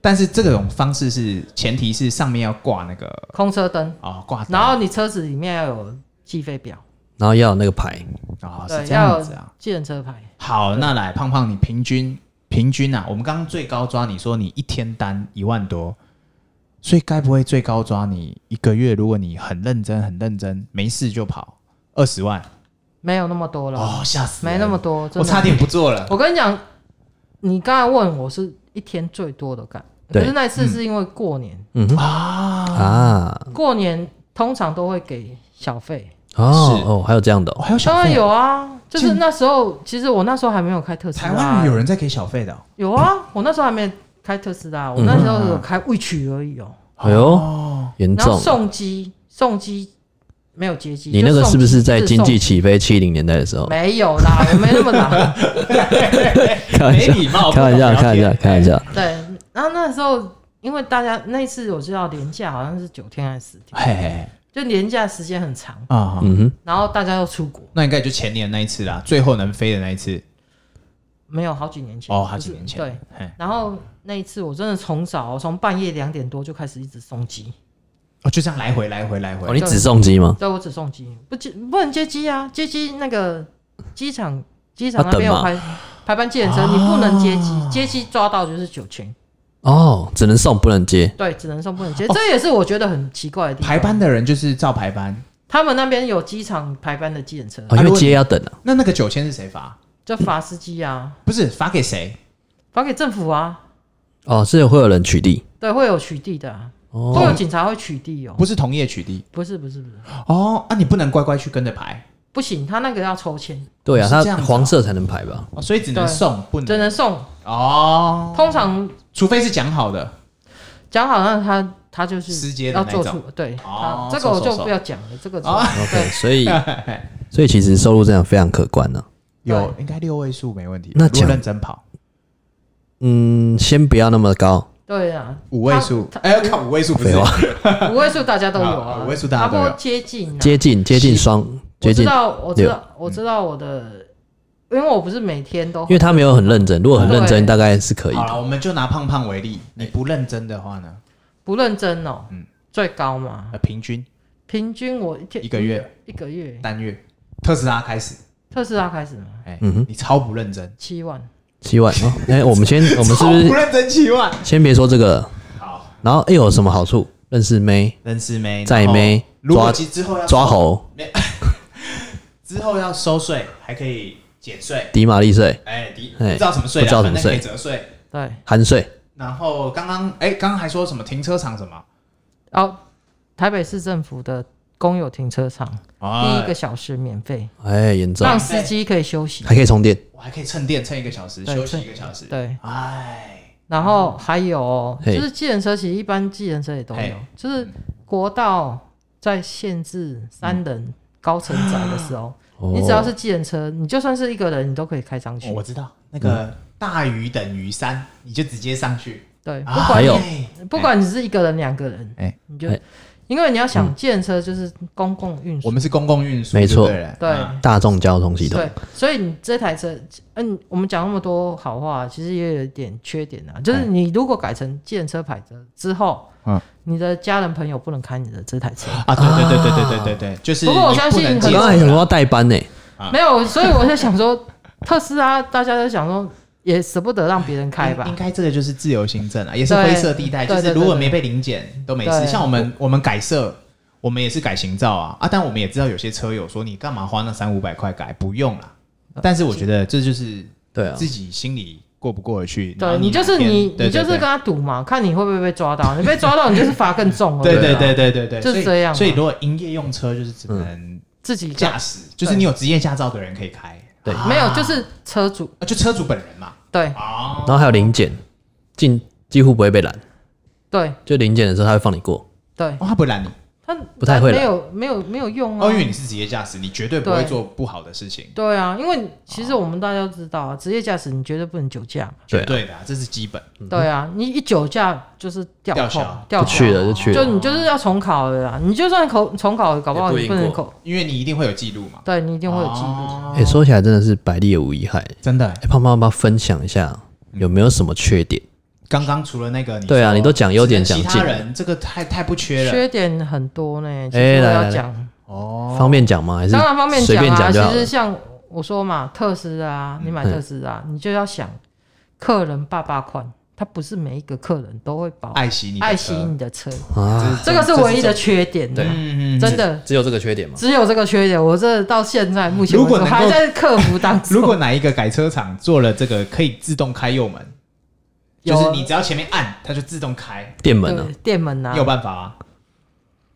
但是这种方式是前提是上面要挂那个空车灯，哦挂灯，然后你车子里面要有计费表，然后要有那个牌，哦是对，这要样有子啊。计程车牌，好，那来胖胖，你平均平均啊，我们刚刚最高抓你说你一天单一万多，所以该不会最高抓你一个月，如果你很认真很认真，没事就跑二十万没有那么多了，哦，吓死人，没那么多，真我的差点不做了。我跟你讲，你刚才问我是一天最多的干，对可是那一次是因为过年，嗯哼啊，啊，过年通常都会给小费，哦是哦，还有这样的、我哦，还有小当然费，有啊，就是那时候，其实我那时候还没有开特斯拉，台湾人有人在给小费的哦，有啊，我那时候还没开特斯拉，我那时候有开 w i t c 而已哦、哎呦，哦，严然后重。送机送机没有接机，你那个是不是在经济就送机起飞七零年代的时候？没有啦，我没那么大。开玩没笑，礼貌，开玩笑，开玩不懂了笑，解开玩笑。对，然后那时候因为大家那一次我知道廉价好像是九天还是十天，嘿嘿嘿就廉价时间很长，啊，嗯哼，然后大家又出国，那应该就前年那一次啦，最后能飞的那一次没有好几年前哦，就是好几年前，对。嘿，然后那一次我真的从早哦从半夜两点多就开始一直送机，哦，就这样来回来回来哦，回，你只送机吗？对我只送机，不接不能接机啊，接机那个机场机场要那边有啊等嘛啊排排班计程车，你不能接机，接机抓到就是九千，哦，只能送不能接。对，只能送不能哦接，这也是我觉得很奇怪的地方。排班的人就是照排班，他们那边有机场排班的计程车，哦，啊因如为果接要等啊。那那个九千是谁罚？就罚司机啊，不是罚给谁？罚给政府啊，哦，是会有人取缔。对，会有取缔的、啊，会有哦，警察会取缔哦。不是同业取缔不是不是不是，哦，啊，你不能乖乖去跟着排不行，他那个要抽签，对啊，是它这样子啊黄色才能排 吧？哦，所以只能对送，不只能能送。哦，通常除非是讲好的讲好像他他就是私接的要那做种出，对，哦他这个我收收就收不要讲了，这个就 哦，OK，所 以所以其实收入这样非常可观啊呢、有应该六位数没问题吧。那如果讲认真跑嗯，先不要那么高，对啊，五位数，他哎，要看五位数不是废话， 五位数大家都有啊啊，五位数大家都有差不多接近嗯啊，接近接近双我接知近，嗯道，我知道，我知道我的，因为我不是每天都因为他没有很认真，如果很认真，对大概是可以好的。了，我们就拿胖胖为例，你不认真的话呢，不认真哦，嗯最高嘛，呃，平均平均我一天一个月一个月，单月，特斯拉开始，特斯拉开始嘛，哎嗯哼，你超不认真，七万，七万哦，哎、我们先我们是超不不是认真七万？先别说这个了？好，然后哎、有什么好处？认识妹，认识没？在然后没哦如果抓其之后要抓猴，之后要收税，还可以减税。抵马利税，哎，你不哎知道什么税啦，不知道什么反正可以税折税。对，含税，然后刚刚哎，刚刚还说什么停车场什么？然后哦台北市政府的公有停车场哎哎第一个小时免费，哎、严重，让司机可以休息，哎还可以充电，我还可以蹭电蹭一个小时，对休息蹭一个小时。对，哎，然后还有哦嘿就是计程车，其实一般计程车也都有嘿，就是国道在限制三人高承载的时候，哦你只要是计程车，你就算是一个人，你都可以开上嗯去哦。我知道那嗯个大于等于三，你就直接上去。对，不啊还管有哎不管你是一个人、两个人，哎你就哎因为你要想，计程车就是公共运我输，们是公共运输，没错对不对对嗯啊大众交通系统，对，所以你这台车，嗯，我们讲那么多好话，其实也有一点缺点啊，就是哎你如果改成计程车牌的之后，嗯你的家人朋友不能开你的这台车，啊，对对对对对对对对，就是不过我你相信能很我接刚刚还受想啦说要代班呢、啊没有，所以我在想说， 特斯拉大家都想说，也舍不得让别人开吧应应，该这个就是自由行政啊，也是对灰色地带，对就是对如果对没被临检都没事。对像我们我们改色，我们也是改行照啊啊，但我们也知道有些车友说你干嘛花那三五百块改，不用啦。但是我觉得这就是对啊，自己心里过不过得去。然对后你就是哪边你，嗯对你对就是跟他赌嘛，看你会不会被抓 到，你被抓到你就是罚更重了，对对啊对对对对，就是所以这样嘛啊嗯所以如果营业用车就是只能自己驾驾，驶就是你有职业驾照的人可以开，对啊没有就是车主就车主本人嘛。对啊，然后还有零检，进几乎不会被拦，对就零检的时候他会放你过。对，哦，他不会拦你，他不太会啦没有没有没有用啊，哦，因为你是职业驾驶，你绝对不会对做不好的事情，对啊，因为其实我们大家都知道啊，职业驾驶你绝对不能酒驾嘛。对绝啊对的啊，这是基本。对啊，你一酒驾就是掉吊扣销掉就去了就去就了，你就是要重考的啦。你就算考重考，搞不好也不一你定不能过考，因为你一定会有记录嘛，对你一一定会有记录。哎、说起来真的是百利而无一害。真的欸。哎、胖胖要不要分享一下嗯有没有什么缺点？刚刚除了那个，对啊说你都讲优点讲其尽他人这个太太不缺人缺点很多呢，其实我来来要来讲，哦。方便讲吗？还是当然方面随便啊。讲就其好实了？像我说嘛，特斯拉，你买特斯拉，你就要想客人爸爸款，他不是每一个客人都会保爱惜你的车，爱惜你的车，啊，这个是唯一的缺点对啊，嗯。嗯嗯真的。只有这个缺点吗？只有这个缺点，我这到现在目前如为果止能够还在克服当中。如果哪一个改车厂做了这个可以自动开右门，有啊就是你只要前面按，它就自动开，电门呢、对电门啊你有，办法啊？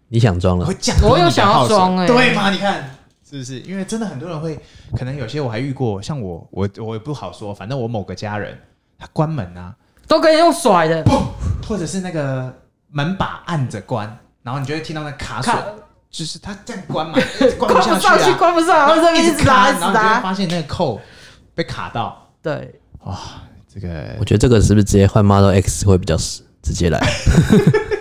你想装了会？降低我你有的想要耗损装欸对吗？你看是不是？因为真的很多人会，可能有些我还遇过，像我，我我也不好说，反正我某个家人他关门啊，都可以用甩的，或者是那个门把按着关，然后你就会听到那卡锁卡，就是他这样 关嘛，一直关关不不上下去，啊，关不上，然后这边一直卡拉，一然直后你就会拉。发现那个扣被卡到，对，这个我觉得这个是不是直接换 Model X 会比较实直 接来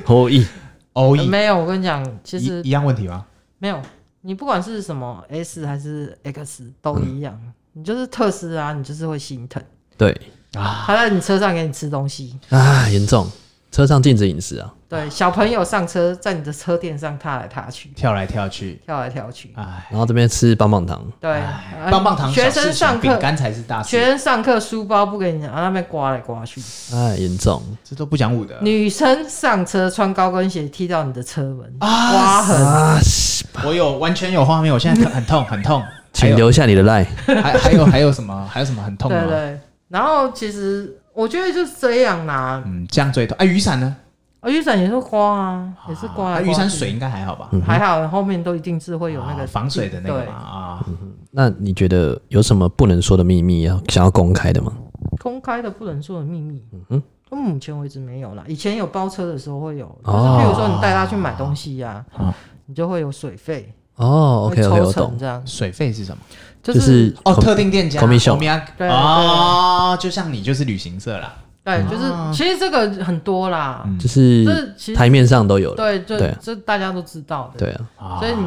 ？O E， O E 没有，我跟你讲，其实一一样问题吗？没有，你不管是什么 S 还是 X 都一样，你就是特斯拉，你就是会心疼，对啊，他在你车上给你吃东西。啊，严重，车上禁止饮食啊，对，小朋友上车，在你的车垫上踏来踏去，跳来跳去，跳来跳去。哎，然后这边吃棒棒糖，对，哎啊棒棒糖学小事生情上饼课，干才是大学事，生上课书包不给你拿，然后那边刮来刮去。啊，严重，这都不讲武德女生上车穿高跟鞋踢到你的车门，啊！刮痕。啊，西我有完全有画面，我现在很痛，很 痛。还请有留下你的 line，还还有还有什么？还有什么很痛对的吗？对，然后其实我觉得就是这样啦、嗯，这样最痛。哎，雨伞呢？啊，雨伞也是刮啊，也是刮啊来刮去雨伞水应该还好吧？嗯还好，后面都一定是会有那个、啊防水的那个嘛对啊，那你觉得有什么不能说的秘密要想要公开的吗？公开的不能说的秘密。嗯哼目前为止没有啦，以前有包车的时候会有，就是哦譬如说你带他去买东西呀、啊你就会有水费哦会，OK OK，我抽懂成，这样，水费是什么？就就是哦，特定店家 commission 米亚对啊哦，就像你就是旅行社啦，对，就是、其实这个很多啦，嗯就是这其实台面上都有了，对，这对啊这大家都知道的。对啊，啊所以你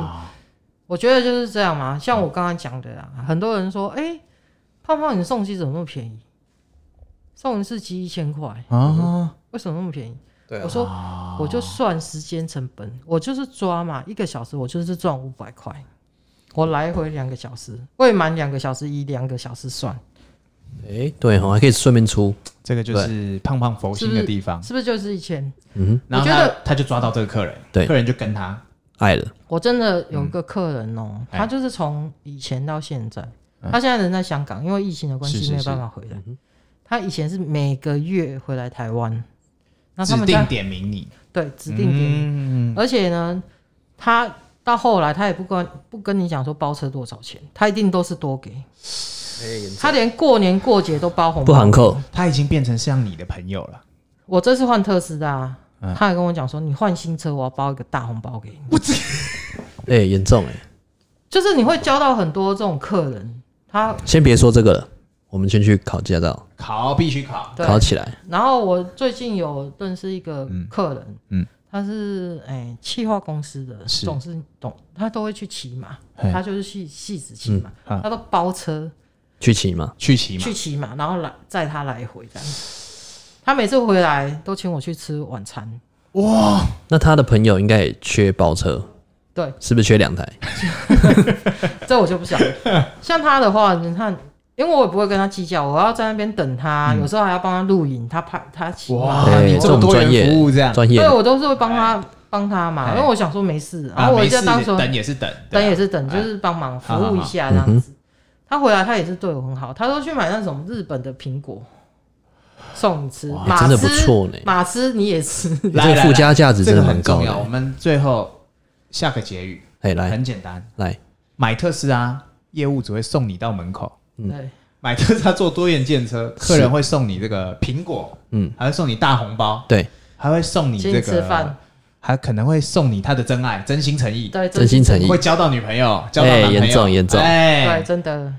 我觉得就是这样嘛，嗯像我刚刚讲的啦，很多人说，哎、胖胖你送机怎么那么便宜？送一次机一千块，啊，为什么那么便宜？对我说我哦就算时间成本，我就是抓嘛，一个小时我就是赚五百块，我来回两个小时，未满两个小时以两个小时算，嗯哎，对哦，还可以顺便出，这个就是胖胖佛心的地方。是不是就是一千？嗯然后我觉他得他就抓到这个客人，对客人就跟他哼，爱了，我真的有一个客人哦、嗯哎嗯他就是从以前到现在，他现在人在香港，因为疫情的关是系是嗯没有办法回来。他以前是每个月回来台湾，那他指们定家点名你，对指定点，名，而且呢，他到后来他也不跟不跟你讲说包车多少钱，他一定都是多给，哎他连过年过节都包红不包含。扣，他已经变成像你的朋友了。我这次换特斯拉嗯，他还跟我讲说，你换新车，我要包一个大红包给你。哎，严重哎，就是你会交到很多这种客人，他先别说这个了，我们先去考驾照，考必须考，对考起来，然后我最近有认识一个客人，嗯嗯他是哎气化公司的是总是懂，他都会去骑马，嘿他就是去戏子骑马，嗯啊他都包车去骑嘛，去骑嘛去，骑马，然后来载他来回这样。他每次回来都请我去吃晚餐，那他的朋友应该也缺包车，对， 是不是缺两台？这我就不晓得。像他的话，你看，因为我也不会跟他计较，我要在那边等他，有时候还要帮他录影，他拍他骑马，嗯哇，哎你这么多元服务这样，专业对我都是会帮他帮他嘛，哎因为我想说没事，然啊，后我没就事，当说等也是等，对等啊也是等，就哎嗯是帮忙服好好务一好下这样子。他回来，他也是对我很好，他都去买那种日本的苹果送你吃，哇马真的吃不错呢马吃你也吃，来这个来附加价值这真的个蛮很高重的要。我。们最后下个结语哎，来很简单，来，买特斯拉业务只会送你到门口，对，买特斯拉做多元建车，客人会送你这个苹果，嗯，还会送你大红包，对，还会送你请这你吃饭个，，还可能会送你他的真爱，真心诚意，对，真心诚意会交到女朋友，交到哎男朋友，严重严重对，哎，真的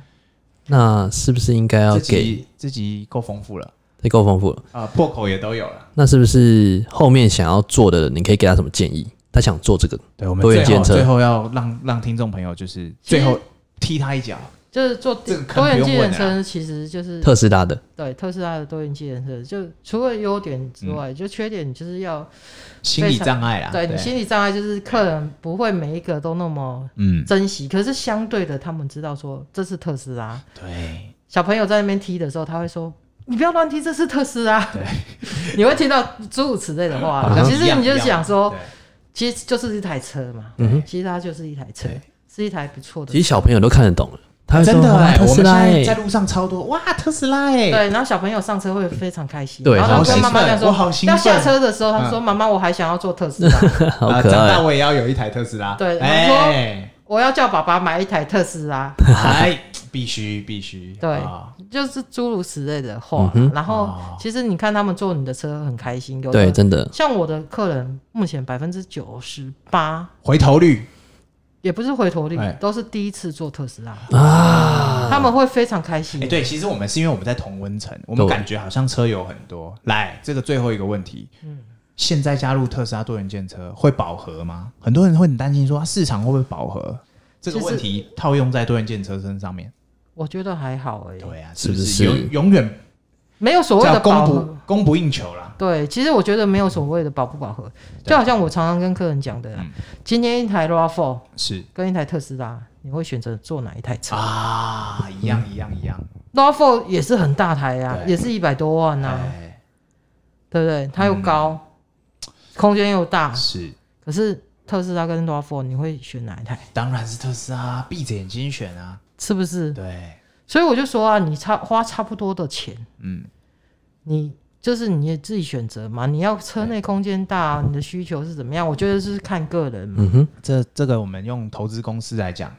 那是不是应该要自给？己自己够丰富了，这够丰富了。啊，破口也都有了。那是不是后面想要做的，你可以给他什么建议？他想做这个，对，我们多元最后建设最后要让让听众朋友就是其最实后踢他一脚，就是做这个坑多元不机用问啊人了生，其实就是特斯拉的，嗯对特斯拉的多元机人生，就除了优点之嗯外，就缺点就是要心理障碍啦。对你心理障碍，就是客人不会每一个都那么嗯，珍惜，可是相对的，他们知道说这是特斯拉，对小朋友在那边踢的时候，他会说。你不要乱踢，这是特斯拉。 你会听到诸如此类的话好啦。像其实一样你就一样想说，对，其实就是一台车嘛，嗯哼其实它就是一台车，是一台不错的车。其实小朋友都看得懂了。他会说真的哇哎，特我斯们现拉在哎在，路上超多哇，特斯拉哎，对，然后小朋友上车会非常开心，对然后好他跟兴嗯妈妈奋讲说，我好兴要下奋车的时候，他说：“妈妈，我还想要坐特斯拉，好啊可长爱大。我也要有一台特斯拉。对哎，我要叫爸爸买一台特斯拉。 哎，必须必须，对啊”就是诸如此类的话啦。嗯哼然后哦其实你看他们坐你的车很开心，有对，的真的，像我的客人目前百分之九十八。回头率也不是回头率哎，都是第一次坐特斯拉啊，他们会非常开心哎，。对，其实我们是因为我们在同温层，我们对感觉好像车友很多。来，这个最后一个问题，现在加入特斯拉多元建车会饱和吗？很多人会很担心说，啊市场会不会饱和？这个其实问题套用在多元建车身上面，我觉得还好哎，对啊，是是不不是是永永远没有所谓叫的供饱不和。供不应求啦？对，其实我觉得没有所谓的饱不饱和，对就好像我常常跟客人讲的啊嗯，今天一台 RAV4 是跟一台特斯拉，你会选择坐哪一台车啊，一样一样一样， ？RAV4 也是很大台啊，对也是一百多万啊，哎，对不对？它又高，嗯空间又大，是，可是特斯拉跟 RAV4 你会选哪一台？当然是特斯拉，闭着眼睛选啊，是不是？对，所以我就说啊，你差花差不多的钱，嗯，你就是你也自己选择嘛，你要车内空间大、啊你的需求是怎么样？我觉得是看个人嘛。嗯哼，这这个我们用投资公司来讲，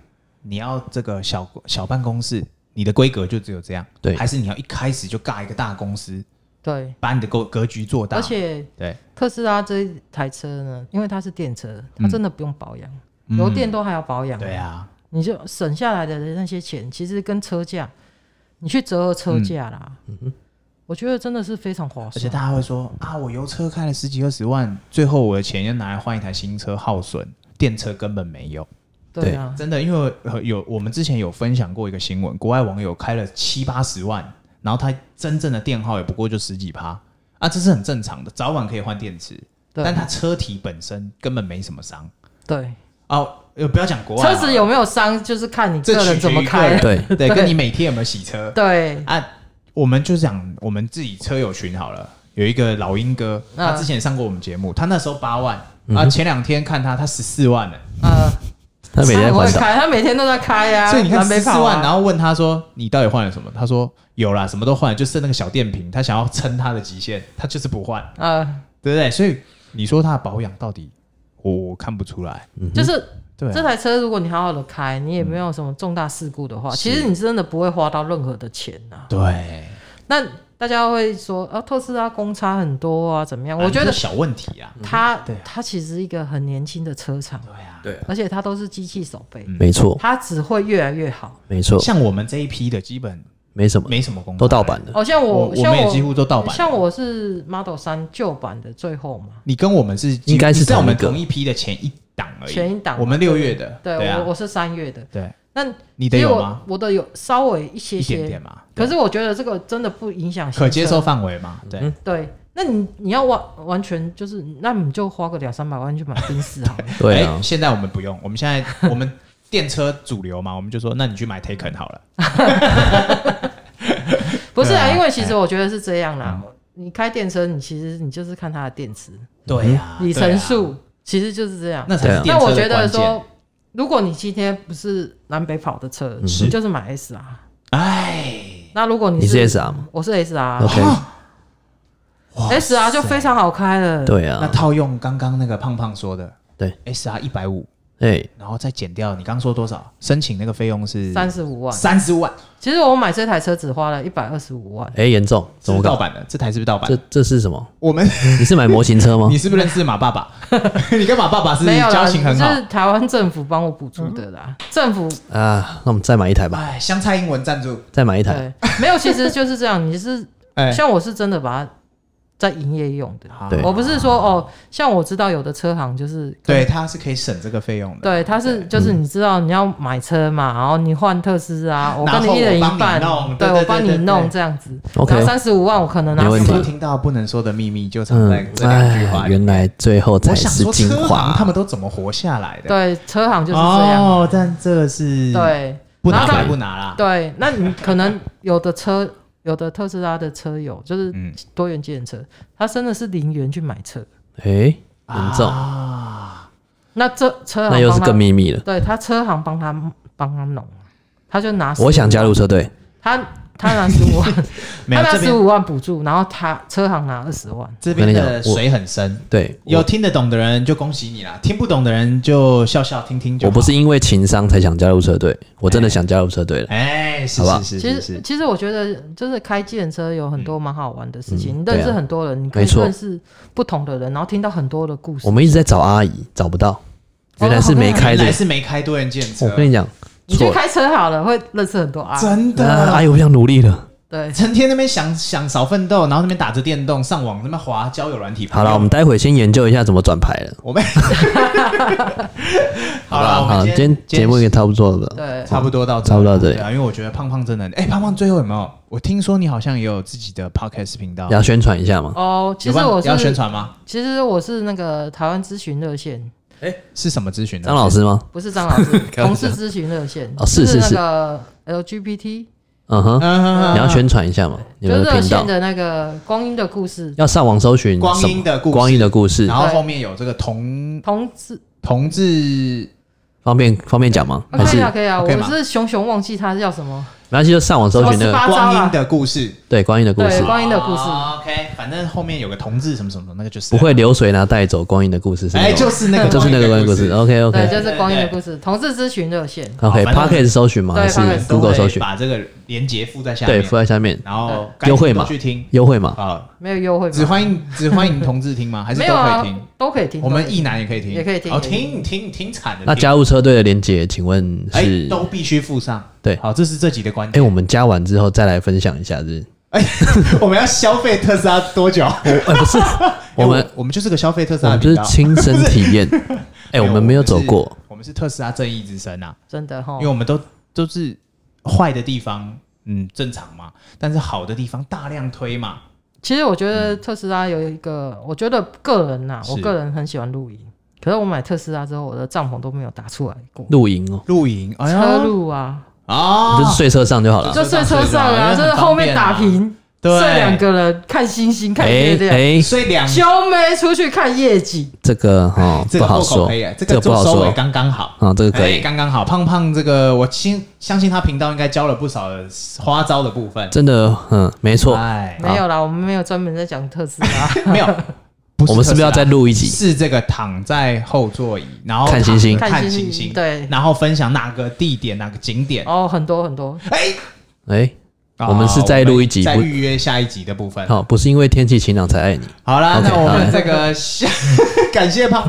你要这个小小办公室，你的规格就只有这样，对还是你要一开始就尬一个大公司，对，把你的格格局做大，而且对，特斯拉这一台车呢，因为它是电车，它真的不用保养，嗯油电都还要保养，对啊，你就省下来的那些钱，其实跟车价，你去折合车价啦，我觉得真的是非常划嗯而且算。大家会说啊，我油车开了十几二十万，最后我的钱要拿来换一台新车，耗损，电车根本没有，对啊，真的，因为呃有我们之前有分享过一个新闻，国外网友开了七八十万，然后他真正的电耗也不过就十几趴啊，这是很正常的，早晚可以换电池。但对它车体本身根本没什么伤对，哦，呃，不要讲国外好车了，子有没有伤，就是看你这个人取怎决么于个开人。 对，对，对跟你每天有没有洗车对，啊？我们就讲我们自己车友群好了，有一个老鹰哥，他啊之前上过我们节目，他那时候八万嗯啊，前两天看他他十四万了，呃，他每天在不会环岛，开，他每天都在开呀、啊，所以你看十没四跑万，啊。然后问他说你到底换了什么？他说有啦，什么都换了，就剩那个小电瓶，他想要撑他的极限，他就是不换，呃，对不对？所以你说他的保养到底，我我看不出来，就是对啊，嗯这台车，如果你好好的开，你也没有什么重大事故的话，是其实你真的不会花到任何的钱啊。对。那大家会说，啊，特斯拉公差很多啊，怎么样？啊我觉这得是小问题啊，它对啊它其实是一个很年轻的车厂，对啊，对而且它都是机器手嗯背，嗯没错，它只会越来越好。没错，像我们这一批的基本没什么，没什么工，都盗，版的，哦，像嗯我像们也我几乎都盗版。像，我是 Model 三旧版的最后嘛，你跟我们是应该是你在我们同一个同一批的前一档而已，前一档哎我们六月的，对啊我，我是三月的，对，那你的因为有我吗？我的有稍微一些一些，点点嘛，可是我觉得这个真的不影响行可接车受范围嘛，对嗯，对，那你你要完完全就是，那你就花个两三百万去买宾士好了。对啊哎，现在我们不用，我们现在我们电车主流嘛，我 们就说，那你去买 Taken 好了，不是对啊，啊嗯因为其实我觉得是这样啦。你开电车，你其实你就是看它的电池啊对嗯呀里程，数，其实就是这样。那才是电啊那我车的觉得关键。说，如果你今天不是南北跑的车，是你就是买 S R。哎，那如果你你是是 SR 吗我是 S 啊 R，S ？OK，哇 R 就非常好开了。对那啊，套用刚刚那个胖胖说的，对，S R 一百五哎，然后再减掉你刚刚说多少？申请那个费用是三十五万。三十万，其实我买这台车只花了一百二十五万，哎，严重，是怎不么是盗搞？版的？这台是不是盗版这？啊这是什 么？我们你是买模型车吗你？是不是认识马爸 爸？你跟马爸爸是没有交啦，情很好嗯就。是台湾政府帮我补助的啦。政府啊，那我们再买一台吧，哎，香菜英文赞助，再买一台。对，没有，其实就是这样。你是 哎，像我是真的把它在营业用的，好对我不是说哦，像我知道有的车行就是对，它是可以省这个费用的。对，它是就是你知道你要买车嘛，然后你换特斯拉，我然跟后你一人我帮一你半弄，对对对我帮对你对弄对这样子。然后 OK，三十五万我可能拿没问有题没四有万听到不能说的秘密就藏在嗯，这两句话哎，里。原来最后才我想是说，精车行华他。们都怎么活下来的？对，车行就是这样。哦，但这是对不拿然后白他不拿啦。对，那你可能有的车，有的特斯拉的车友就是嗯多元接车，他真的是零元去买车，哎，严重，啊，那这车行那又是帮他更秘密了。对他车行帮他帮他弄，他就拿15啊万我想加入车队，他，他拿十五万，没他有拿这十边五万补助，然后他车行拿二十万，这边我的跟你讲啊我水很深，对，有我听得懂的人就恭喜你啦，听不懂的人就笑笑听听就我好。不是因为情商才想加入车队，我真的想加入车队了。哎，是好吧是是其是实是，其实我觉得就是开计程车有很多蛮好玩的事情，嗯你对啊认识很多人，你可以没错认识不同的人，然后听到很多的故事我。们一直在找阿姨，找不到，原来是没开原的来。是没开多人见车我，跟你讲，你去错了，开车好了，会认识很多啊。真啊阿的。姨，我不想努力了。对，成天那边想想少奋斗，然后那边打着电动上网，那边滑交友软体。好了，我们待会先研究一下怎么转牌了，我们好了，吧？我们好，今天节目也差不多了。对，差不多到这差不多到这里对啊，因为我觉得胖胖真的，哎，胖胖最后有没有？我听说你好像也有自己的 podcast 频道，要宣传一下嘛？哦，其实有办我要宣是，传吗？其实我是那个台湾咨询热线，是什么咨询呢？张老师吗？不是张老 师，开玩同笑事咨询热线，哦是就是是那个 LGBT，嗯哼，嗯，你要宣传一下嘛？你啊就们的热频道线的那个光阴的故事，要上网搜寻光什阴么的故事光阴的故事然，后后面有这个同同志，同志，方便方便讲吗？啊还可是以没啊，可以啊，哦可以我吗是熊熊忘记他叫什么，关系，就上网搜寻那什么个18光阴的故事，对光阴的故事对，光阴的故事哦 OK，反正后面有个同志什么什么，那个就是不会流水拿带走光阴的故事是那哎，种就吗，是那个，就是那个光阴故事。。OK 哦对， OK 就是光阴的故事，同志咨询热线， OK 好 p 反正 o c k e t 搜寻吗？对还是 Podcast 都会 Google 搜寻？把这个连接附在下面，对，附在下面然后对优惠码嗯该听都去听优惠嘛？啊，没有优惠只吗？欢迎只欢迎同志听吗？还是没都有啊可以听？，都可以听，我都们可以一男也可以听，也可以听哦，也可以听听听惨的。那听加入车队的连接，请问哎是？都必须附上，对好，这是这集的观哎，点。我们加完之后再来分享一下，是？ 我们要消费特斯拉多久？哎，不 是， 我们我们就是个消费特斯我拉的们就频是亲道，哦身体验。哎，我们没有走 过，，我们是特斯拉正义之声啊，真的哈因为，我们都都是坏的地方，嗯，正常嘛，但是好的地方大量推嘛，其实我觉得特斯拉有一个，我觉得个人呐、嗯是我个人很喜欢露营。可是我买特斯拉之后，我的帐篷都没有打出来过，露营哦，露营，哎呀，车路啊，啊，就是睡车上就好了就。就睡车上啊，车上睡吧因为就很是后面打方便啊平，对睡两个人看星星看哎月亮，哎，所以两哎兄妹出去看夜景，这个哈这哦不个好破口说可以了，，啊这这个个不做好收尾说刚刚好。啊，这个可哎以。刚刚好。胖胖这个，我相相信他频道应该教了不少的花招的部分。真的，嗯，没错。哎，没有啦，我们没有专门在讲特 斯拉，没有，我们是不是要再录一集是这个躺在后座椅，然后看星星躺着看看星星星，星对然后分享哪个地点、哪个景点。哦，很多很多，哎，哎，啊我们是再录一集我们不再预约下一集的部分。好，不是因为天气晴朗才爱你，好啦， OK，那我们好这个下 感谢胖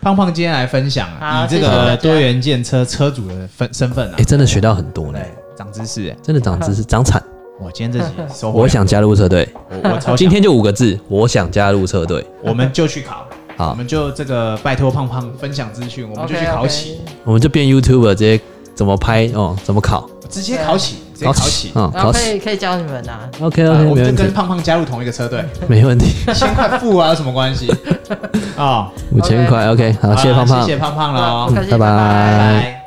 胖胖今天来分享啊好你这谢谢大个家多元建车车主的分身份啊哎，，真的学到很多呢对，，长知识哎。真的长知识，长惨。我今天这集收获，我想加入车队，我我超 想今天就五个字，我想加入车队。我们就去考，我好，们就这个拜托胖胖分享资讯，我们就去 OK，OK 考起，我们就变 YouTuber，直接怎么拍哦，怎么考，直接考起，直接考起。嗯，然考后可起。以可以教你们啊， OK 啊 OK，我没们问就跟题，胖胖加入同一个 车队，没问题，一千块付啊，有什么关 系？啊，五千块啊 OK，好，谢谢好啦胖胖谢谢。胖胖了好哦，客嗯气拜拜拜拜。